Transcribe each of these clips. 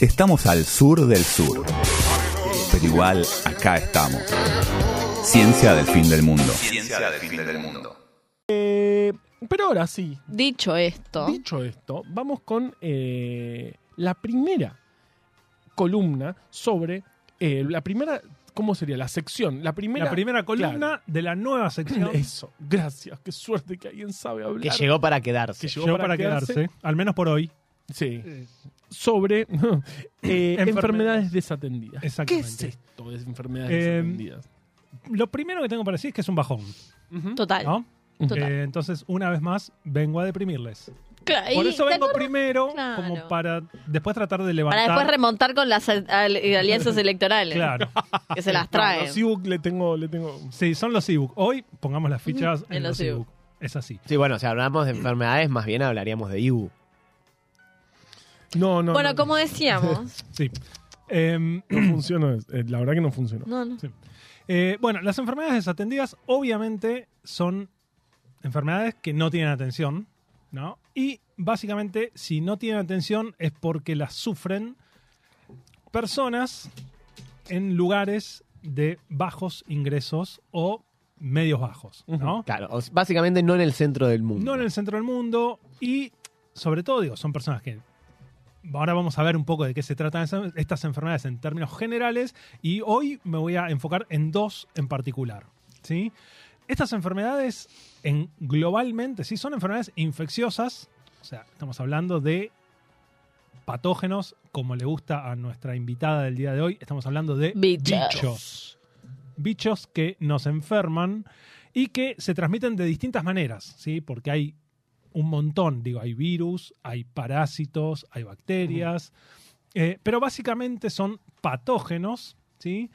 Estamos al sur del sur, pero igual acá estamos. Ciencia del fin del mundo. Ciencia del fin del mundo. Eh, pero ahora sí, Dicho esto, dicho esto, vamos con eh, la primera columna sobre eh, la primera, ¿cómo sería? La sección, la primera, La primera columna Claro. de la nueva sección Eso, gracias, qué suerte que alguien sabe hablar. Que llegó para quedarse. Que llegó llegó para quedarse, al menos por hoy. Sí. Sobre eh, enfermedades. desatendidas. ¿Qué Exactamente. es esto de enfermedades Eh, desatendidas? Lo primero que tengo para decir es que es un bajón, Ujú. total. ¿no? Total. Eh, entonces, una vez más, vengo a deprimirles. Claro, Por y eso ¿te vengo acordás? primero, Claro. como para después tratar de levantar. Para después remontar con las al- al- alianzas electorales. Claro. Que se las No, traen. los ebook le tengo, le tengo. Sí, son los ebook. Hoy pongamos las fichas En en los los ebook. ebook. Es así. Sí, bueno, si hablamos de enfermedades, más bien hablaríamos de Ibu. No, no. bueno, no, como decíamos. Sí. Em, no funcionó, eh, la verdad que no funcionó. No, no. eh, bueno, las enfermedades desatendidas obviamente son enfermedades que no tienen atención, ¿no? Y básicamente, si no tienen atención es porque las sufren personas en lugares de bajos ingresos o medios bajos, ¿no? Claro, o s- básicamente no en el centro del mundo. no en el centro del mundo y sobre todo, digo, son personas que ahora vamos a ver un poco de qué se tratan esa- estas enfermedades en términos generales y hoy me voy a enfocar en dos en particular, ¿sí? Estas enfermedades en, globalmente, sí, son enfermedades infecciosas, o sea, estamos hablando de patógenos, como le gusta a nuestra invitada del día de hoy, estamos hablando de Bichos. bichos. Bichos que nos enferman y que se transmiten de distintas maneras, ¿sí? Porque hay un montón, digo, hay virus, hay parásitos, hay bacterias, eh, pero básicamente son patógenos, ¿sí?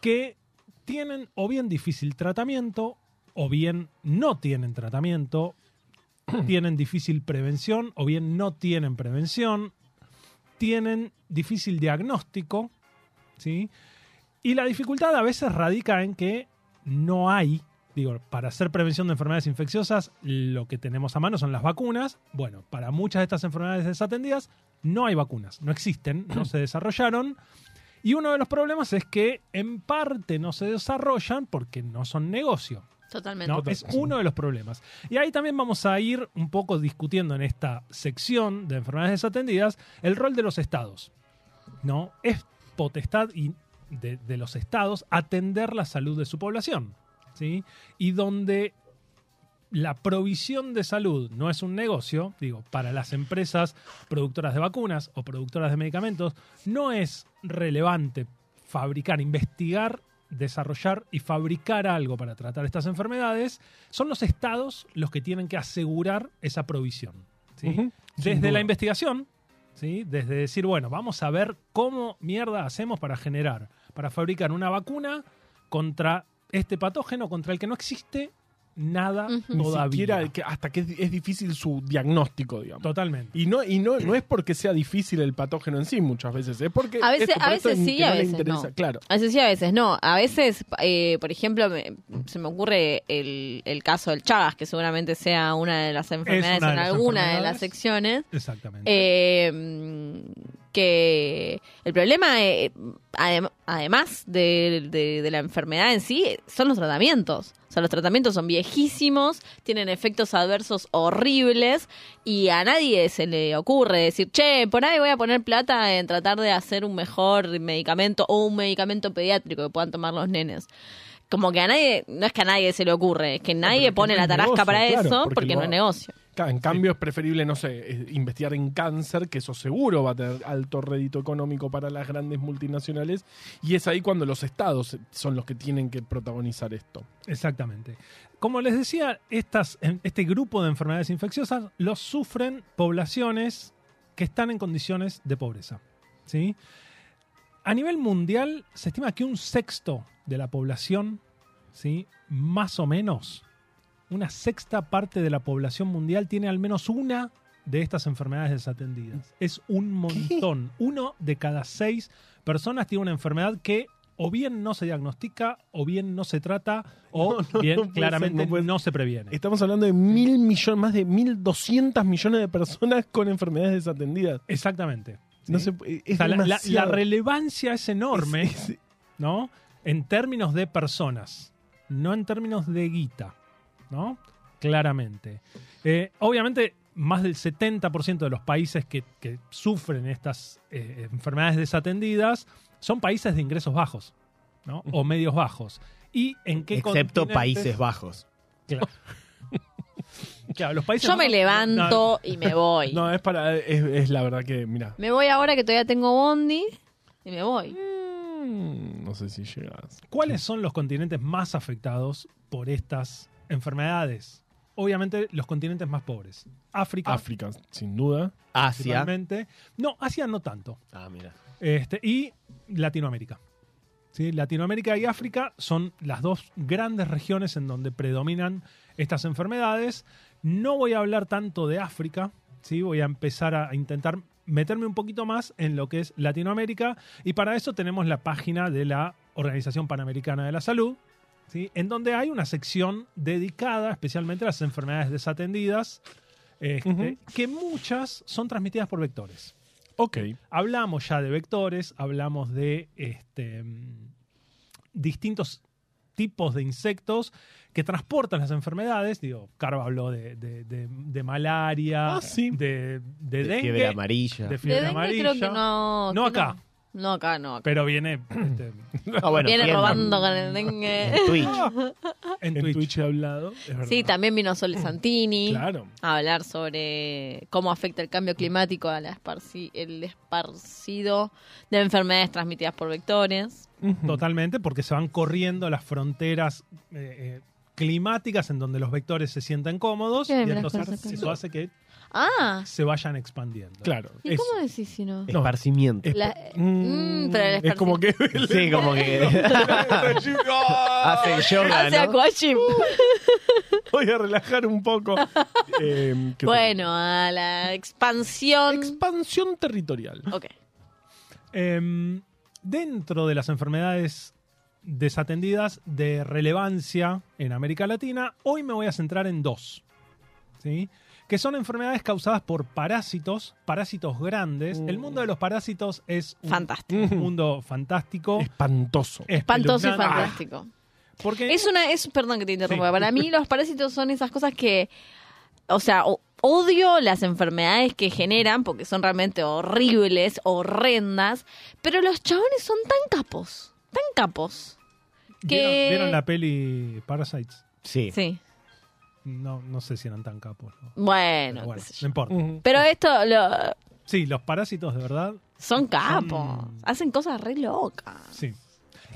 Que tienen o bien difícil tratamiento o bien no tienen tratamiento, tienen difícil prevención o bien no tienen prevención, tienen difícil diagnóstico, ¿sí? Y la dificultad a veces radica en que no hay, digo, para hacer prevención de enfermedades infecciosas, lo que tenemos a mano son las vacunas. Bueno, para muchas de estas enfermedades desatendidas no hay vacunas, no existen, no se desarrollaron. Y uno de los problemas es que en parte no se desarrollan porque no son negocio. Totalmente. ¿no? Es uno de los problemas. Y ahí también vamos a ir un poco discutiendo en esta sección de enfermedades desatendidas el rol de los estados. ¿no? Es potestad y de, de los estados atender la salud de su población. ¿sí? Y donde la provisión de salud no es un negocio, digo, para las empresas productoras de vacunas o productoras de medicamentos, no es relevante fabricar, investigar, desarrollar y fabricar algo para tratar estas enfermedades, son los estados los que tienen que asegurar esa provisión. ¿sí? Ujú, sin Desde duda. la investigación, ¿sí? desde decir, bueno, vamos a ver cómo mierda hacemos para generar, para fabricar una vacuna contra este patógeno, contra el que no existe nada Ujú. Ni todavía. siquiera que- hasta que es, es difícil su diagnóstico, digamos. Totalmente. Y no, y no, no es porque sea difícil el patógeno en sí muchas veces, es porque A veces- esto, por a esto veces en sí, que a no le veces interesa, no. Claro. A veces sí, a veces no. A veces, eh, por ejemplo, me- se me ocurre el, el caso del Chagas, que seguramente sea una de las enfermedades una de en las alguna de enfermedades. las secciones. Exactamente. Eh, mm, que el problema, eh, adem- además de, de- de la enfermedad en sí, son los tratamientos. O sea, los tratamientos son viejísimos, tienen efectos adversos horribles y a nadie se le ocurre decir, che, por ahí voy a poner plata en tratar de hacer un mejor medicamento o un medicamento pediátrico que puedan tomar los nenes. Como que a nadie, no es que a nadie se le ocurre, es que nadie porque pone no la es tarasca negocio, para claro, eso porque porque, lo no ha- es negocio. Ca- En cambio, es preferible, no sé, eh, investigar en cáncer, que eso seguro va a tener alto rédito económico para las grandes multinacionales. Y es ahí cuando los estados son los que tienen que protagonizar esto. Exactamente. Como les decía, estas, en- este grupo de enfermedades infecciosas los sufren poblaciones que están en condiciones de pobreza. ¿sí? A nivel mundial, se estima que un sexto de la población, ¿sí? más o menos, una sexta parte de la población mundial tiene al menos una de estas enfermedades desatendidas. Es un montón. Uno de cada seis personas tiene una enfermedad que o bien no se diagnostica, o bien no se trata, o bien no puede claramente ser, no puede ser. no se previene. Estamos hablando de mil millones, más de mil doscientas millones de personas con enfermedades desatendidas. Exactamente. No ¿Sí? se pu- eh, es O sea, la, la- la demasiado- relevancia es enorme, es- es- ¿no? En términos de personas, no en términos de guita, ¿no? Claramente. Eh, obviamente, más del 70% de los países que, que sufren estas eh, enfermedades desatendidas son países de ingresos bajos, ¿no? O medios bajos. ¿Y en qué Excepto continentes? Países Bajos. Claro. Claro, los países Yo me bajos- levanto y me voy. No, es para. Es, es la verdad que, mira. Me voy ahora que todavía tengo bondi y me voy. mm, No sé si llegas. ¿Cuáles son los continentes más afectados por estas enfermedades? Obviamente los continentes más pobres. África, África, sin duda. Asia. principalmente. No, Asia no tanto. Ah, mira. Este, y Latinoamérica. ¿Sí? Latinoamérica y África son las dos grandes regiones en donde predominan estas enfermedades. No voy a hablar tanto de África, ¿sí? voy a empezar a a intentar meterme un poquito más en lo que es Latinoamérica y para eso tenemos la página de la Organización Panamericana de la Salud, ¿sí? en donde hay una sección dedicada especialmente a las enfermedades desatendidas, este, Ujú. que muchas son transmitidas por vectores. Ok. Hablamos ya de vectores, hablamos de este, mm, distintos tipos de insectos que transportan las enfermedades. Digo, Carva habló de, de- de- de malaria, Ah, sí. de, de De dengue, fiebre amarilla. de De fiebre dengue amarilla. creo que no. No que acá. No, No acá, no. acá. Pero viene este, Ah, bueno, Viene bien, robando con el dengue. en Twitch. en, En Twitch. Twitch, he hablado. es verdad. Sí, también vino Sole Santini Claro. a hablar sobre cómo afecta el cambio climático a la esparci- el esparcido de enfermedades transmitidas por vectores. Totalmente, porque se van corriendo las fronteras eh, eh, climáticas en donde los vectores se sientan cómodos y ¿Qué me las entonces cosas eso hace que Ah, se vayan expandiendo. Claro. ¿y es- cómo decís si no? No. Esparcimiento. es- La- Mm, pero el es como que. Sí, como que hacen yoga, Hace ¿no? aquagym. voy a relajar un poco. Eh, ¿qué Bueno, a la expansión. tal? Expansión territorial. ok. Em, dentro de las enfermedades desatendidas de relevancia en América Latina, hoy me voy a centrar en dos. ¿sí? Que son enfermedades causadas por parásitos, parásitos grandes. El mundo de los parásitos es un, Fantástico. un mundo fantástico. Espantoso. Espantoso y espeluznante, Ah, fantástico. Porque Es una, es, perdón que te interrumpa. Sí. Para mí los parásitos son esas cosas que, o sea, o- odio las enfermedades que generan porque son realmente horribles, horrendas, pero los chabones son tan capos, tan capos. ¿vieron, que- vieron la peli Parasites? Sí. Sí. No, no sé si eran tan capos. ¿no? Bueno, Pero qué bueno, sé no yo. importa. Ujú. pero esto lo- Sí, los parásitos de verdad son capos, hacen cosas re locas. Sí.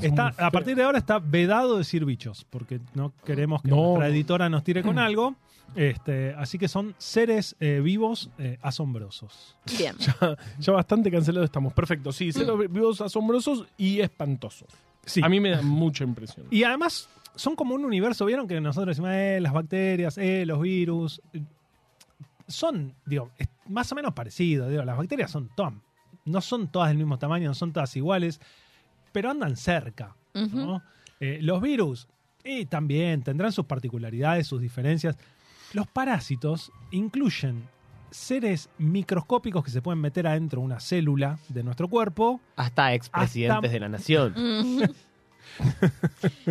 Está, muy a feo. partir de ahora está vedado decir bichos, porque no queremos que No. Mm. nuestra editora nos tire con algo. Este, así que son seres eh, vivos eh, asombrosos. Bien. Ya bastante cancelado estamos. Perfecto. Sí, celos vivos asombrosos y espantosos. Sí. A mí me da mucha impresión. Y además son como un universo, ¿vieron? Que nosotros decimos, eh, las bacterias, eh, los virus. Son, digo, es más o menos parecidos. Digo, las bacterias son todas, no son todas del mismo tamaño, no son todas iguales, pero andan cerca. Ujú. ¿no? Eh, los virus eh, también tendrán sus particularidades, sus diferencias. Los parásitos incluyen seres microscópicos que se pueden meter adentro de una célula de nuestro cuerpo. Hasta expresidentes Hasta- de la nación. Ujú.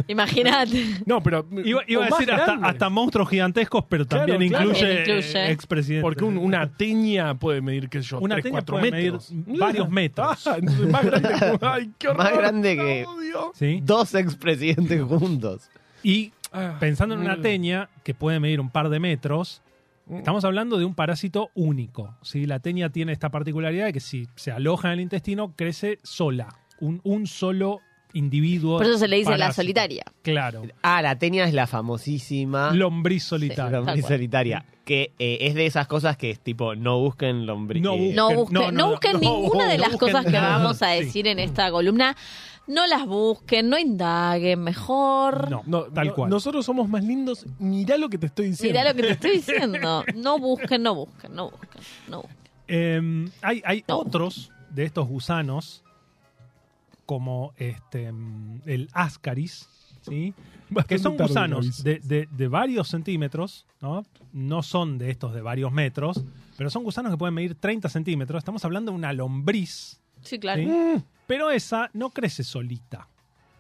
Imagínate. No, pero. Iba, iba o a más decir hasta, grandes. hasta monstruos gigantescos, pero Claro, también claro. incluye, También incluye. eh, expresidentes. Porque un- una teña puede medir, qué sé yo, Una 3, teña 4 puede metros. medir varios metros. Ah, entonces más grande que- Ay, qué horror. Más grande que- odio. ¿Sí? Dos expresidentes juntos. Y Ah, pensando en una mm. teña que puede medir un par de metros, Mm. estamos hablando de un parásito único. ¿sí? La teña tiene esta particularidad de que si se aloja en el intestino, crece sola. Un, un solo individuo. Por eso se le dice la parásito. solitaria. Claro. Ah, la tenia es la Ah, famosísima Lombriz solitaria. lombriz solitaria. Que eh, es de esas cosas que es tipo, no busquen lombriz. No eh, busquen. No Que- busquen, no, no, no, no, busquen no, ninguna de no las busquen cosas que nada. vamos a Sí. decir en esta columna. No las busquen, no indaguen, mejor. No, No, tal no, cual. Nosotros somos más lindos. Mirá lo que te estoy diciendo. Mirá lo que te estoy diciendo. No busquen, no busquen, no busquen, no busquen. Eh, hay hay No. otros de estos gusanos, como este, mm, el em, Ascaris, ¿sí? Bastante que son tarde, gusanos Luis. de, de- de varios centímetros, ¿no? No son de estos de varios metros, pero son gusanos que pueden medir 30 centímetros. Estamos hablando de una lombriz, Sí, claro. ¿sí? pero esa no crece solita.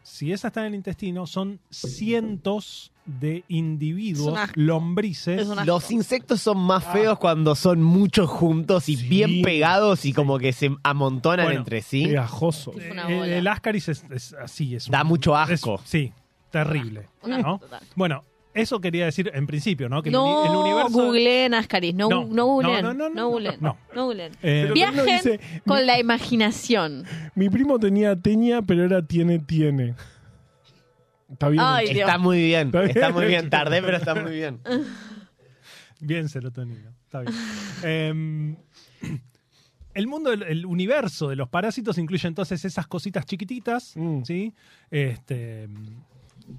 Si esa está en el intestino, son cientos de Es un individuos asco. lombrices. Es un asco. Los insectos son más feos cuando son muchos juntos y Sí. bien pegados y como que se amontonan Bueno, entre sí. Pegajoso. Es una El, bola. el Ascaris es, es así, es Da mucho es- asco. sí, terrible. Un asco ¿no? total. Bueno, eso quería decir en principio, ¿no? Que el no uni- el universo. googleen Ascaris, no, No, no, googleen, no, no, no, no, no, googleen, no. no, googleen. Eh, Pero Viajen Carlos dice, con la imaginación. Mi primo tenía teña, pero ahora tiene, tiene. Está bien. Ay, el chiste. Está muy bien, Está bien. está muy bien. Tardé, pero está muy bien. Bien serotonina, está bien. Em, el mundo, del- el universo de los parásitos incluye entonces esas cositas chiquititas, Mm. ¿sí? Este,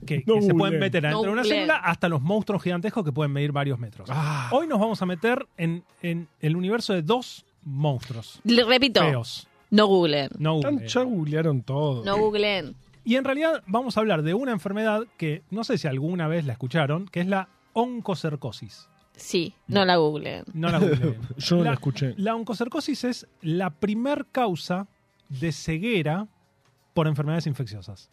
que, No que se pueden googleen. meter No dentro de una googleen. célula hasta los monstruos gigantescos que pueden medir varios metros. Ah, Hoy nos vamos a meter en, en el universo de dos monstruos Le repito, feos. no googleen, No eh, tan googleen. ya googlearon todo. no googleen. Y en realidad vamos a hablar de una enfermedad que no sé si alguna vez la escucharon, que es la oncocercosis. Sí, no la googleen. No la googleen. Yo no la escuché. La oncocercosis es la primer causa de ceguera por enfermedades infecciosas.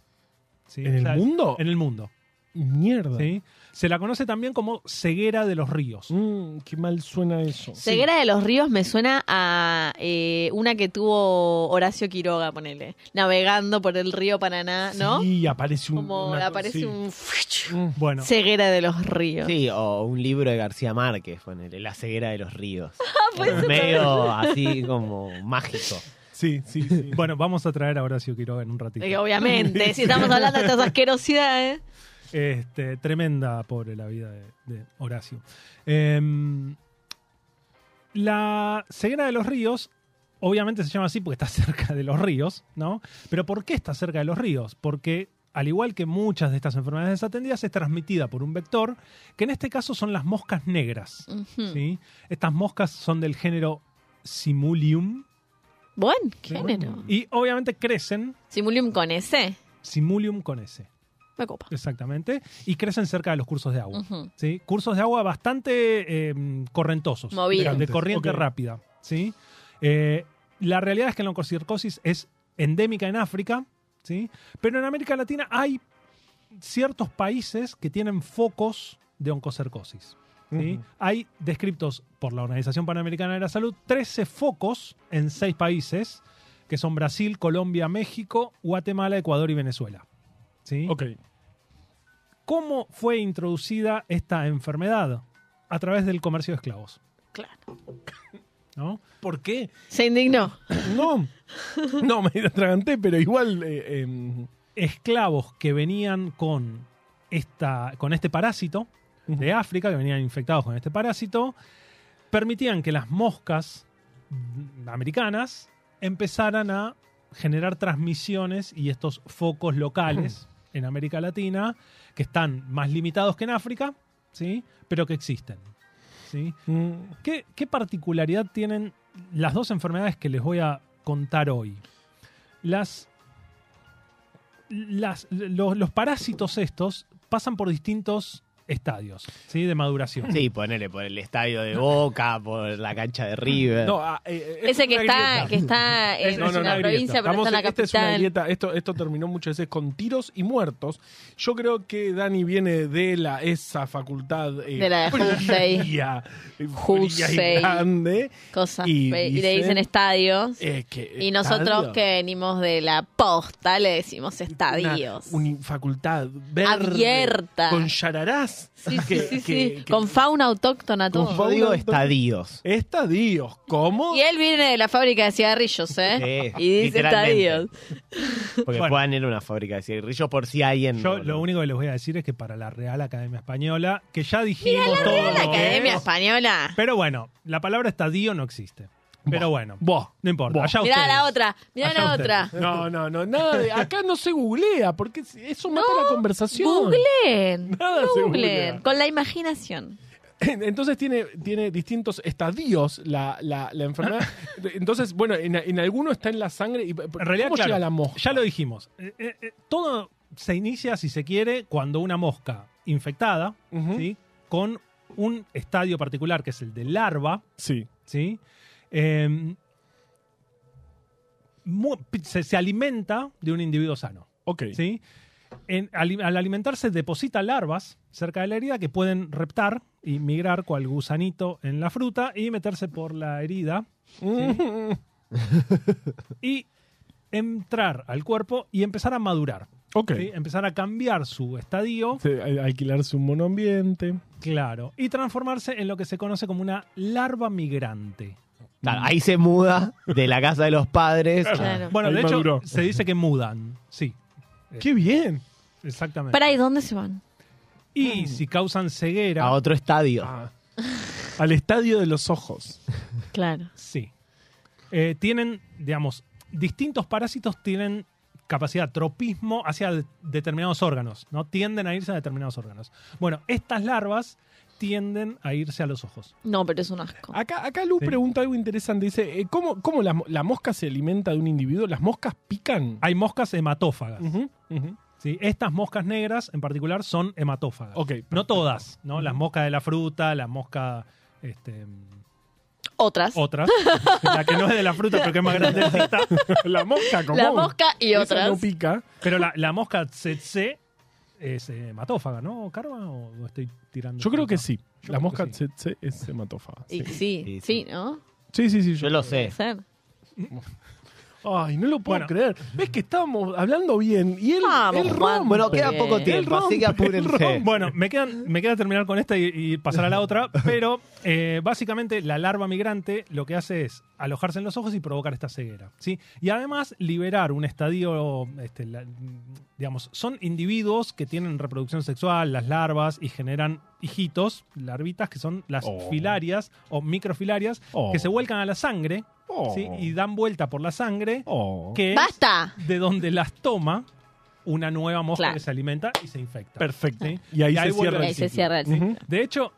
¿Sí? ¿En el es- mundo? En el mundo. Mierda. ¿sí? Se la conoce también como ceguera de los ríos. Mm, qué mal suena eso. Ceguera de los ríos me suena a eh, una que tuvo Horacio Quiroga, ponele, navegando por el río Paraná, ¿no? Sí, aparece un. Como una- aparece sí. un... Mm. Bueno, Ceguera de los ríos. Sí, o un libro de García Márquez, ponele, La ceguera de los ríos. Ah, pues Medio así como mágico. Sí, sí, sí. bueno, vamos a traer a Horacio Quiroga en un ratito. Eh, Obviamente, si estamos hablando de estas asquerosidades. Este, tremenda, pobre, la vida de, de Horacio. Em, la ceguera de los ríos, obviamente se llama así porque está cerca de los ríos, ¿no? Pero ¿por qué está cerca de los ríos? Porque, al igual que muchas de estas enfermedades desatendidas, es transmitida por un vector, que en este caso son las moscas negras. Ujú. ¿sí? Estas moscas son del género Simulium Buen género. y obviamente crecen Simulium con ese. Simulium con S, Me copa. exactamente, y crecen cerca de los cursos de Oh. agua. Ujú. ¿sí? Cursos de agua bastante eh, correntosos. Movido. De, de corriente Ok. rápida. ¿sí? Eh, la realidad es que la oncocircosis es endémica en África, ¿sí? pero en América Latina hay ciertos países que tienen focos de oncocercosis. ¿sí? Ujú. Hay descritos por la Organización Panamericana de la Salud 13 focos en 6 países, que son Brasil, Colombia, México, Guatemala, Ecuador y Venezuela. ¿sí? Ok. ¿Cómo fue introducida esta enfermedad? A través del comercio de esclavos. Claro. ¿no? ¿Por qué? Se indignó. No. No, me atraganté, pero igual. eh, em, Esclavos que venían con, esta, con este parásito de África, que venían infectados con este parásito, permitían que las moscas mm, americanas empezaran a generar transmisiones y estos focos locales en América Latina, que están más limitados que en África, ¿sí? pero que existen. ¿sí? mm, ¿Qué, qué particularidad tienen las dos enfermedades que les voy a contar hoy? Las, las- lo- los parásitos estos pasan por distintos estadios ¿sí? de maduración. Sí, ponele por el estadio de Boca, por la cancha de River. No, ah, eh, eh, Ese es que una está, grieta. que está Es- en no, no, la no, provincia, pero Estamos- está en la esta es una capital. grieta. Esto, esto terminó muchas veces con tiros y muertos. Yo creo que Dani viene de la esa facultad eh, De la de Husey. fría, eh, fría y Husey. grande. cosas Y fe- y, le dicen- dicen estadios. eh, que y nosotros estadio, que venimos de la posta le decimos una estadios. uni- facultad verde, Abierta. Con yararás. sí, sí, que- sí, que- sí. que- Con fauna autóctona Con todo. Yo digo estadios. estadios. ¿Cómo? Y él viene de la fábrica de cigarrillos, ¿eh? Sí, y dice literalmente. estadios. Porque Bueno. puedan ir a una fábrica de cigarrillos por si alguien. Yo lo único que les voy a decir es que para la Real Academia Española, que ya dijimos todo La lo que Academia es, Española. Pero bueno, la palabra estadio no existe. Pero bueno, Vos. no importa. Buah. allá Mirá ustedes. la otra, mirá Allá la ustedes. otra. No, no, no, nada. de- acá no se googlea porque eso mata la conversación. Googleen. Nada se googlea. Googleen. Con la imaginación. Entonces tiene, tiene distintos estadios la, la, la enfermedad. Entonces, bueno, en, en alguno está en la sangre. Y, En realidad, ¿Cómo claro, llega la mosca? ya lo dijimos. Eh, eh, eh, todo se inicia, si se quiere, cuando una mosca infectada, Ujú. ¿sí? con un estadio particular que es el de larva, Sí. ¿sí? Eh, mu- se, se alimenta de un individuo sano, Ok. ¿sí? En- ali- al alimentarse deposita larvas cerca de la herida que pueden reptar y migrar cual gusanito en la fruta y meterse por la herida Mm. y entrar al cuerpo y empezar a madurar, Ok. ¿sí? empezar a cambiar su estadio, Sí, al- alquilarse un monoambiente. claro, y transformarse en lo que se conoce como una larva migrante. Claro, ahí se muda de la casa de los padres. Claro. Bueno, Ahí de hecho, maduró. Eh, se dice que mudan, sí, ¡Qué bien! exactamente. Para, ¿y dónde se van? Y si causan A ceguera, otro estadio. Ah. Al estadio de los ojos. Claro. sí. Eh, tienen, digamos, distintos parásitos tienen capacidad de tropismo hacia de- determinados órganos, ¿no? Tienden a irse a determinados órganos. Bueno, estas larvas tienden a irse a los ojos. No, pero es un asco. Acá, acá Lu Sí. pregunta algo interesante. Dice, eh, ¿cómo, cómo la, mo- la mosca se alimenta de un individuo? ¿Las moscas pican? Hay moscas hematófagas. Ujú, ujú. ¿sí? Estas moscas negras en particular son hematófagas. Ok, No todas, ¿no? Las moscas de la fruta, la mosca... Este, Otras. otras. la que no es de la fruta, pero que es más grandecita. la mosca común. La mosca y Esa otras. no pica. Pero la, la mosca tsetse es hematófaga, ¿no, Carva? ¿O o estoy tirando? Yo creo que sí. Yo la creo mosca que se- se- es hematófaga. Y Sí. sí, sí, sí, ¿no? sí, sí, sí, Yo yo- lo Puede sé. ser. Ay, no lo puedo Bueno. creer. Ves que estábamos hablando bien y él, Vamos, él rompe. Juan. Bueno, queda queda Bien. poco poco tiempo, así que apúrense. Bueno, me, quedan, me queda terminar con esta y, y pasar a la otra, pero eh, básicamente la larva migrante lo que hace es alojarse en los ojos y provocar esta ceguera, ¿sí? Y además liberar un estadio, este, la- digamos, son individuos que tienen reproducción sexual, las larvas, y generan hijitos, larvitas, que son las Oh. filarias o microfilarias, Oh. que se vuelcan a la sangre, Oh. ¿sí? y dan vuelta por la sangre, Oh. que es ¡Basta! de donde las toma una nueva mosca Claro. que se alimenta y se infecta. Perfecto. Sí. Y ahí Y se ahí vuelve cierra Y el ahí se ciclo. cierra el Ujú. ciclo. De hecho,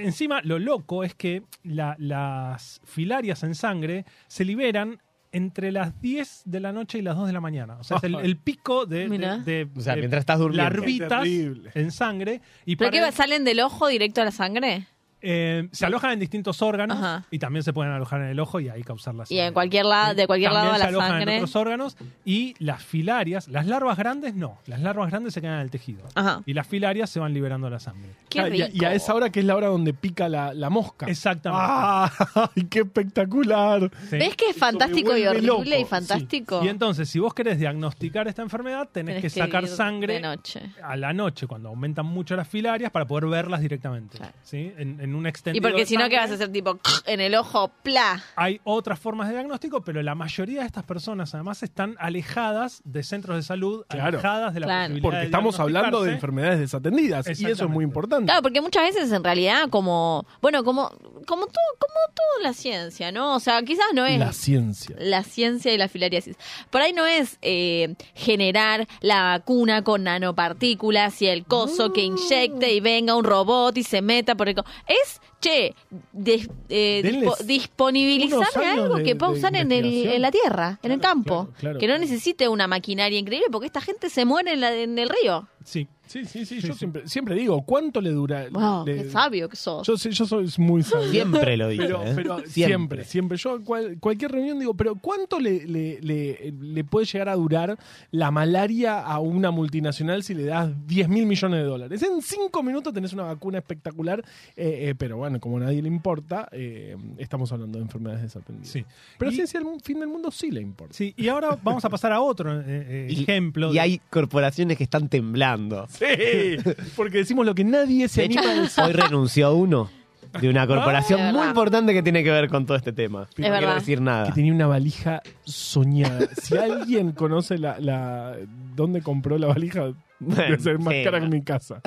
encima lo loco es que la- las filarias en sangre se liberan entre las 10 de la noche y las 2 de la mañana. O sea, es el, el pico de, Mirá. de- de- O sea, de mientras estás durmiendo. larvitas Qué terrible. en sangre. Y ¿Pero para- qué va? ¿Salen del ojo directo a la sangre? eh, se alojan en distintos órganos Ajá. y también se pueden alojar en el ojo y ahí causar la Y sangre. en cualquier lado, de cualquier También lado a se la alojan en sangre. otros órganos y las filarias, las larvas grandes no, las larvas grandes se quedan en el tejido. Ajá. Y las filarias se van liberando a la sangre. Qué Ah, y, a- rico. y a esa hora que es la hora donde pica la, la mosca. Exactamente. ¡Ah! ¡Qué espectacular! Sí. ¿Ves que es Eso me fantástico y vuelve horrible loco, y sí. fantástico? Y entonces, si vos querés diagnosticar esta enfermedad, tenés, Tenés que, sacar ir De sangre noche. a la noche, cuando aumentan mucho las filarias, para poder verlas directamente. Claro. ¿sí? En, en un Y extendido. porque de si no, ¿qué sangre. vas a hacer? Tipo, en el ojo, ¡pla! Hay otras formas de diagnóstico, pero la mayoría de estas personas además están alejadas de centros de salud, Claro. alejadas de la Claro. posibilidad Porque de estamos hablando de diagnosticarse. enfermedades desatendidas y eso es muy Exactamente. importante. Claro, porque muchas veces en realidad como, bueno, como como todo, como todo la ciencia, ¿no? O sea, quizás no es La ciencia. la ciencia y la filariasis. Por ahí no es eh, generar la vacuna con nanopartículas y el coso que inyecte y venga un robot y se meta por el... co- Es, che, des- eh, Denles dispo- disponibilizar unos años algo de- que pueda de usar en, el- investigación. en la tierra, en el Claro, campo, claro, claro, que no claro. necesite una maquinaria increíble porque esta gente se muere en, la- en el río. Sí. Sí, sí, sí. Sí, yo sí. Siempre, siempre digo, ¿cuánto le dura? Wow, le- qué sabio que sos. Yo, sé- yo soy muy sabio. Siempre lo dice. Pero, ¿eh? pero siempre. siempre, Yo cual- cualquier reunión digo, pero ¿cuánto le, le- le- le puede llegar a durar la malaria a una multinacional si le das 10 mil millones de dólares? En cinco minutos tenés una vacuna espectacular, eh, eh, pero bueno, como a nadie le importa, eh, estamos hablando de enfermedades desatendidas. Sí. Pero Y- si es el fin del mundo, sí le importa. Sí, y ahora vamos a pasar a otro eh, eh, Y- ejemplo. Y de- hay corporaciones que están temblando. Sí, porque decimos lo que nadie se De hecho, anima a decir. hoy renunció uno de una corporación Ah, de muy verdad. importante que tiene que ver con todo este tema. no verdad. quiero decir Que nada. tenía una valija soñada. Si alguien conoce la, la dónde compró la valija, debe ser más sí, cara que bueno. mi casa.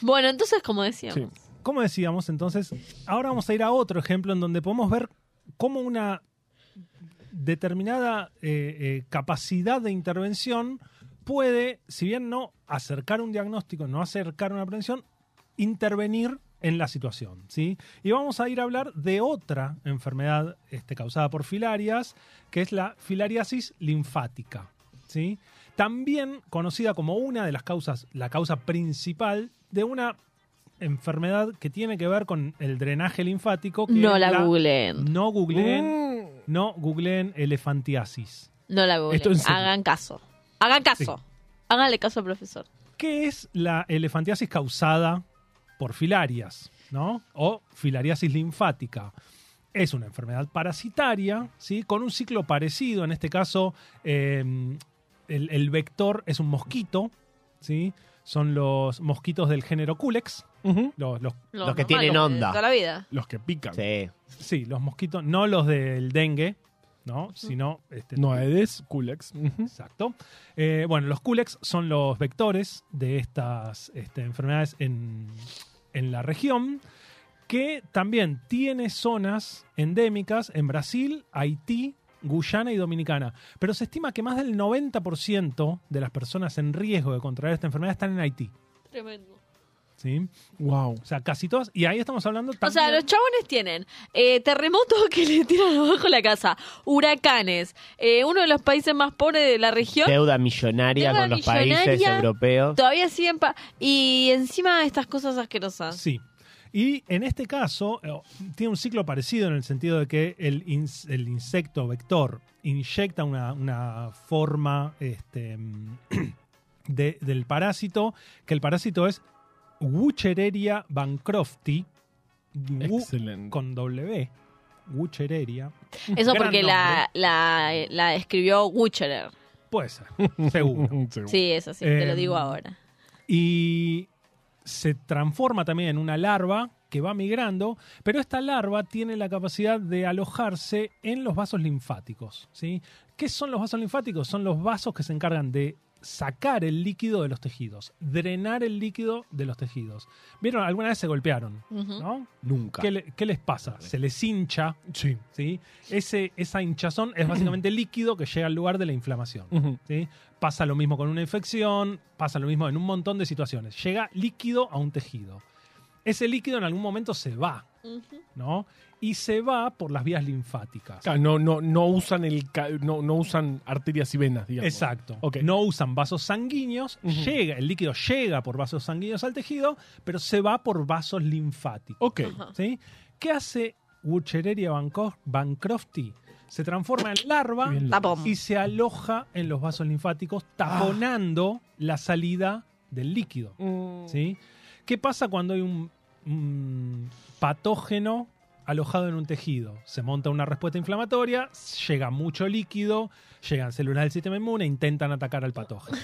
Bueno, entonces, como decíamos, Sí. Como decíamos, entonces, ahora vamos a ir a otro ejemplo en donde podemos ver cómo una determinada eh, eh, capacidad de intervención puede, si bien no acercar un diagnóstico, no acercar una prevención, intervenir en la situación. ¿sí? Y vamos a ir a hablar de otra enfermedad este, causada por filarias, que es la filariasis linfática. ¿sí? También conocida como una de las causas, la causa principal de una enfermedad que tiene que ver con el drenaje linfático. que No es la googleen. No googleen, Mm. no googleen elefantiasis. No la googleen. Esto en serio. Hagan caso. Hagan caso. Háganle caso al profesor. ¿Qué es la elefantiasis causada por filarias, ¿no? O filariasis linfática. Es una enfermedad parasitaria, ¿sí? Con un ciclo parecido. En este caso, eh, el, el vector es un mosquito, ¿sí? Son los mosquitos del género Culex. Ujú. Los, los- Mm. Los que tienen normales, onda. de eh, Toda la vida. Los que pican. Sí. sí, los mosquitos, no los del dengue, ¿no? Sino. Este, No Aedes, Culex. Ujú. Exacto. Eh, bueno, los culex son los vectores de estas este, enfermedades en, en la región, que también tiene zonas endémicas en Brasil, Haití, Guyana y Dominicana. Pero se estima que más del 90% de las personas en riesgo de contraer esta enfermedad están en Haití. Tremendo. ¿sí? Wow. O sea, casi todas. Y ahí estamos hablando O sea, también- los chabones tienen eh, terremotos que le tiran abajo la casa, huracanes, eh, uno de los países más pobres de la región. Deuda millonaria Deuda con los países millonaria. europeos. Todavía siguen pa- y encima estas cosas asquerosas. Sí. Y en este caso eh, tiene un ciclo parecido en el sentido de que el, ins- el insecto vector inyecta una, una forma este, mm, de- del parásito, que el parásito es Wuchereria bancrofti, Wu Excelente. con W, Wuchereria. Eso Gran porque la, la, la escribió Wucherer. Puede ser, seguro. Seguro. Sí, eso sí, te lo Eh, digo ahora. y se transforma también en una larva que va migrando, pero esta larva tiene la capacidad de alojarse en los vasos linfáticos. ¿sí? ¿Qué son los vasos linfáticos? Son los vasos que se encargan de sacar el líquido de los tejidos, drenar el líquido de los tejidos. ¿Vieron? Alguna vez se golpearon, Ujú. ¿no? Nunca. ¿Qué, le- qué les pasa? Se les hincha, Sí. ¿sí? Ese, esa hinchazón es básicamente líquido que llega al lugar de la inflamación. Ujú. ¿sí? Pasa lo mismo con una infección, pasa lo mismo en un montón de situaciones. Llega líquido a un tejido. Ese líquido en algún momento se va, Ujú. ¿no? Y se va por las vías linfáticas. Claro, No, no, no usan el ca- no, no usan arterias y venas, digamos. Exacto. Ok. No usan vasos sanguíneos, Ujú. llega, el líquido llega por vasos sanguíneos al tejido, pero se va por vasos linfáticos. Ok. Ajá. ¿sí? ¿Qué hace Wuchereria banco- bancrofti? Se transforma en larva Bien, Tapón. y se aloja en los vasos linfáticos, Ah. taponando la salida del líquido. Mm. ¿sí? ¿Qué pasa cuando hay un, un patógeno alojado en un tejido? Se monta una respuesta inflamatoria, llega mucho líquido, llegan células del sistema inmune e intentan atacar al patógeno.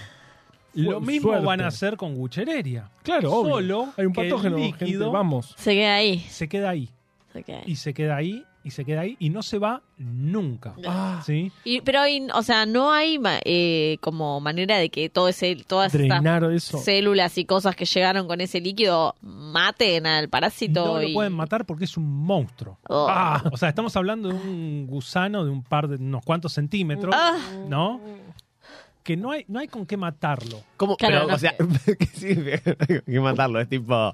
Lo Fu- mismo suerte. van a hacer con Wuchereria. Claro, obvio. Solo Hay un que el patógeno, líquido gente, vamos. Se queda ahí. se queda ahí, se queda ahí. y se queda ahí, y se queda ahí, y no se va nunca. Ah, ¿Sí? Y- pero, hay- o sea, no hay ma- eh, como manera de que todo ese, todas estas drenar eso. células y cosas que llegaron con ese líquido maten al parásito. No y- lo pueden matar porque es un monstruo. Oh. Ah, o sea, estamos hablando de un gusano de un par de unos cuantos centímetros, Ah. ¿no? Que no hay, no hay con qué matarlo. ¿Cómo? Claro, Pero, no o sea, que sí, hay que matarlo. Es tipo.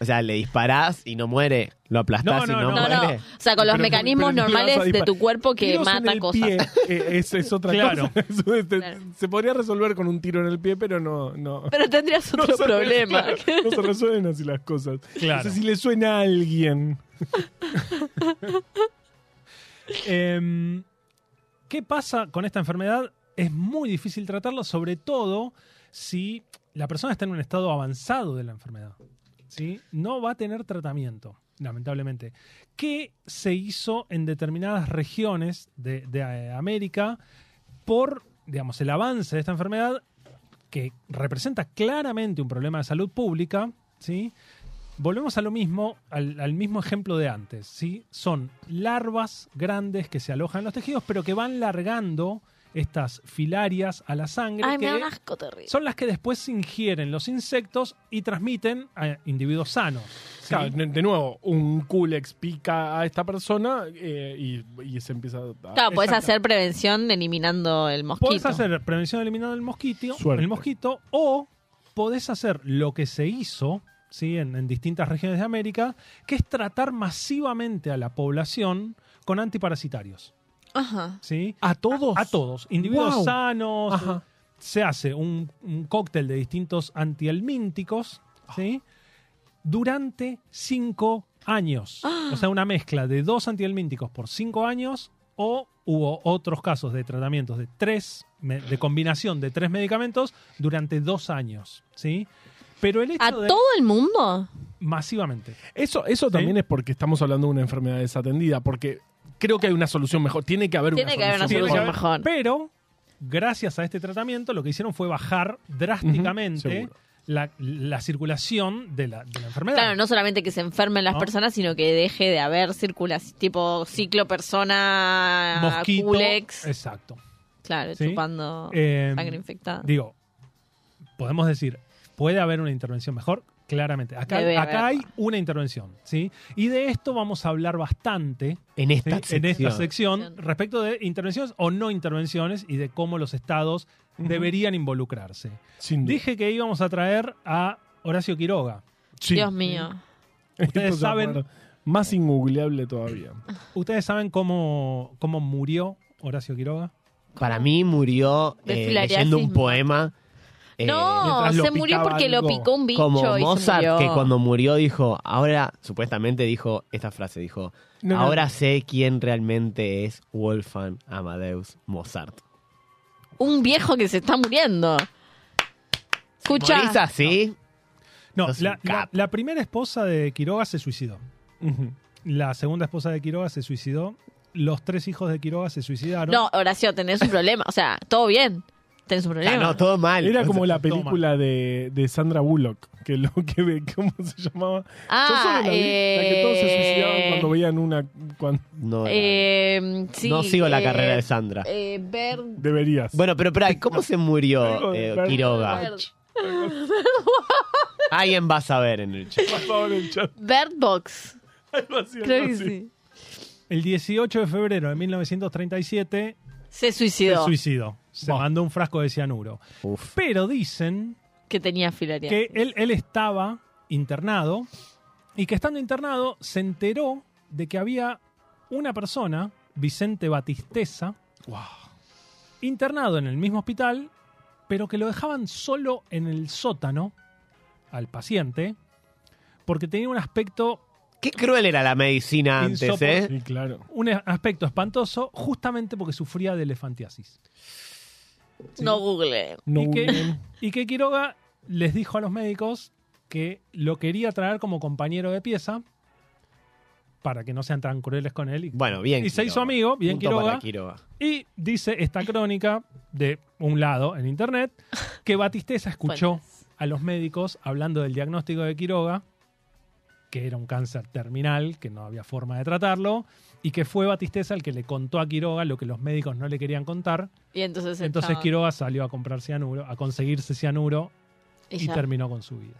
O sea, le disparás y no muere. Lo aplastás No, no, y no, No, no. no. muere. O sea, con los Pero- mecanismos pero no le vas a normales de disparar. tu cuerpo que Tiros en mata el cosas. pie, eh, es, es otra Claro. cosa. Es un- este, Claro. Se podría resolver con un tiro en el pie, pero no. no. Pero tendrías No otro se problema. resuelve, claro, no se resuelven así las cosas. Claro. No sé si le suena a alguien. Em, ¿Qué pasa con esta enfermedad? Es muy difícil tratarla, sobre todo si la persona está en un estado avanzado de la enfermedad. ¿sí? No va a tener tratamiento, lamentablemente. ¿Qué se hizo en determinadas regiones de, de, eh, América por digamos, el avance de esta enfermedad que representa claramente un problema de salud pública? ¿sí? Volvemos a lo mismo, al, al mismo ejemplo de antes, ¿sí? Son larvas grandes que se alojan en los tejidos, pero que van largando estas filarias a la sangre, Ay, me que da un asco terrible. son las que después ingieren los insectos y transmiten a individuos sanos. ¿sí? Claro, de de nuevo, un culex pica a esta persona eh, y, y se empieza a. Claro, pues, puedes Exacto. hacer prevención eliminando el mosquito. Podés hacer prevención eliminando el mosquito, Suerte. el mosquito, o podés hacer lo que se hizo ¿sí? en, en distintas regiones de América, que es tratar masivamente a la población con antiparasitarios. Ajá. ¿sí? A todos. A todos, individuos Wow. sanos. Ajá. Se hace un, un cóctel de distintos antihelmínticos, ¿sí? Durante cinco años. Ah. O sea, una mezcla de dos antihelmínticos por cinco años o hubo otros casos de tratamientos de tres, me- de combinación de tres medicamentos durante dos años, ¿sí? Pero el hecho ¿A de... todo el mundo? Masivamente. Eso, eso también es porque estamos hablando de una enfermedad desatendida, porque creo que hay una solución mejor. Tiene que haber Tiene una que haber una solución. Tiene solución que haber- mejor. Pero, gracias a este tratamiento, lo que hicieron fue bajar drásticamente seguro. la, la circulación de la, de la enfermedad. Claro, no solamente que se enfermen las ¿No? personas, sino que deje de haber circulación, tipo ciclo persona, Mosquito. culex. eh, Exacto. claro, sí. chupando Eh, sangre infectada. Digo, podemos decir, ¿puede haber una intervención mejor? Claramente. Acá, Debe acá hay haberla. una intervención, ¿sí? Y de esto vamos a hablar bastante En ¿sí? esta en esta sección Sección. respecto de intervenciones o no intervenciones y de cómo los estados Ujú. deberían involucrarse. Sin duda. Dije que íbamos a traer a Horacio Quiroga. Sí. Dios mío. Esto Ustedes se saben- va a poner Más ingugleable todavía. ¿Ustedes saben cómo, cómo murió Horacio Quiroga? Para mí murió De eh, filariasis. leyendo un poema. eh, no, mientras lo se murió picaba porque algo. lo picó un bicho. como y se Mozart, murió. que cuando murió dijo, ahora supuestamente dijo esta frase, dijo, No, no. ahora sé quién realmente es Wolfgang Amadeus Mozart. Un viejo que se está muriendo. Escucha. ¿Morís así? No, Sos un la, la- capo. la primera esposa de Quiroga se suicidó. Ujú. La segunda esposa de Quiroga se suicidó. Los tres hijos de Quiroga se suicidaron. No, Horacio, tenés un problema. O sea, todo bien. Tenés un Ah, problema. no, todo mal. Era como la toma. película de, de Sandra Bullock, que lo que ve, ¿cómo se llamaba? Yo solo ah, la, vi, la que todos se suicidaban eh, cuando veían una. Cuando No, era- eh, sí, no sigo la eh, carrera de Sandra. Eh, Bert- deberías. Bueno, pero, pero ¿cómo se Algo murió de eh, Bert- Quiroga? Bert- Alguien va a saber en el chat. Por favor, el chat. Bert Box. Algo así, algo Creo que así. sí. El 18 de febrero de 1937 Se se suicidó. suicidó. Se Bueno. mandó un frasco de cianuro. Uf. Pero dicen que tenía filaria. que él, él estaba internado y que estando internado se enteró de que había una persona, Vicente Batisteza, internado en el mismo hospital, pero que lo dejaban solo en el sótano al paciente, porque tenía un aspecto, Qué cruel era la medicina antes, Insopor- ¿eh? Sí, claro. un aspecto espantoso, justamente porque sufría de elefantiasis. No google. No, y, que, no. y que Quiroga les dijo a los médicos que lo quería traer como compañero de pieza para que no sean tan crueles con él. Y, Bueno, bien. y se Quiroga. hizo amigo, bien Punto para Quiroga. Quiroga. Y dice esta crónica de un lado en internet que Batisteza escuchó a los médicos hablando del diagnóstico de Quiroga, que era un cáncer terminal, que no había forma de tratarlo, y que fue Batisteza el que le contó a Quiroga lo que los médicos no le querían contar. Y entonces Entonces estaba- Quiroga salió a comprar cianuro, a conseguirse cianuro y Ella. terminó con su vida.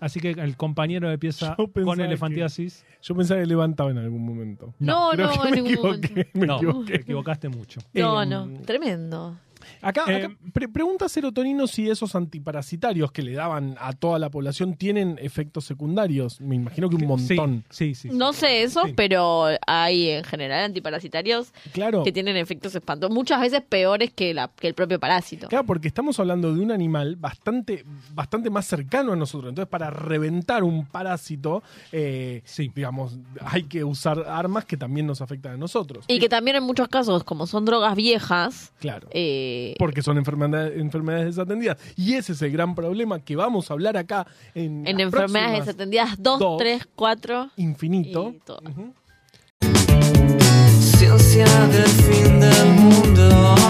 Así que el compañero de pieza Yo pensaba con que- elefantiasis. Yo pensaba que levantaba en algún momento. No, Creo no, que en me ningún equivoqué, momento. me no, equivoqué. te equivocaste mucho. No, Eh, no. Tremendo. Acá, acá Eh, pre- pregunta Serotonino si esos antiparasitarios que le daban a toda la población tienen efectos secundarios. Me imagino que un montón. Sí, sí. sí. No sé eso, Sí. pero hay en general antiparasitarios Claro. que tienen efectos espantosos, muchas veces peores que, la, que el propio parásito. Claro, porque estamos hablando de un animal bastante, bastante más cercano a nosotros. Entonces, para reventar un parásito, eh, Sí. digamos, hay que usar armas que también nos afectan a nosotros. Y que también en muchos casos, como son drogas viejas, Claro. eh, Porque son enfermedades, enfermedades desatendidas. Y ese es el gran problema que vamos a hablar acá en, en las enfermedades próximas desatendidas 2, dos, 3, 4 y Infinito. todo. Ujú. Ciencia del fin del mundo.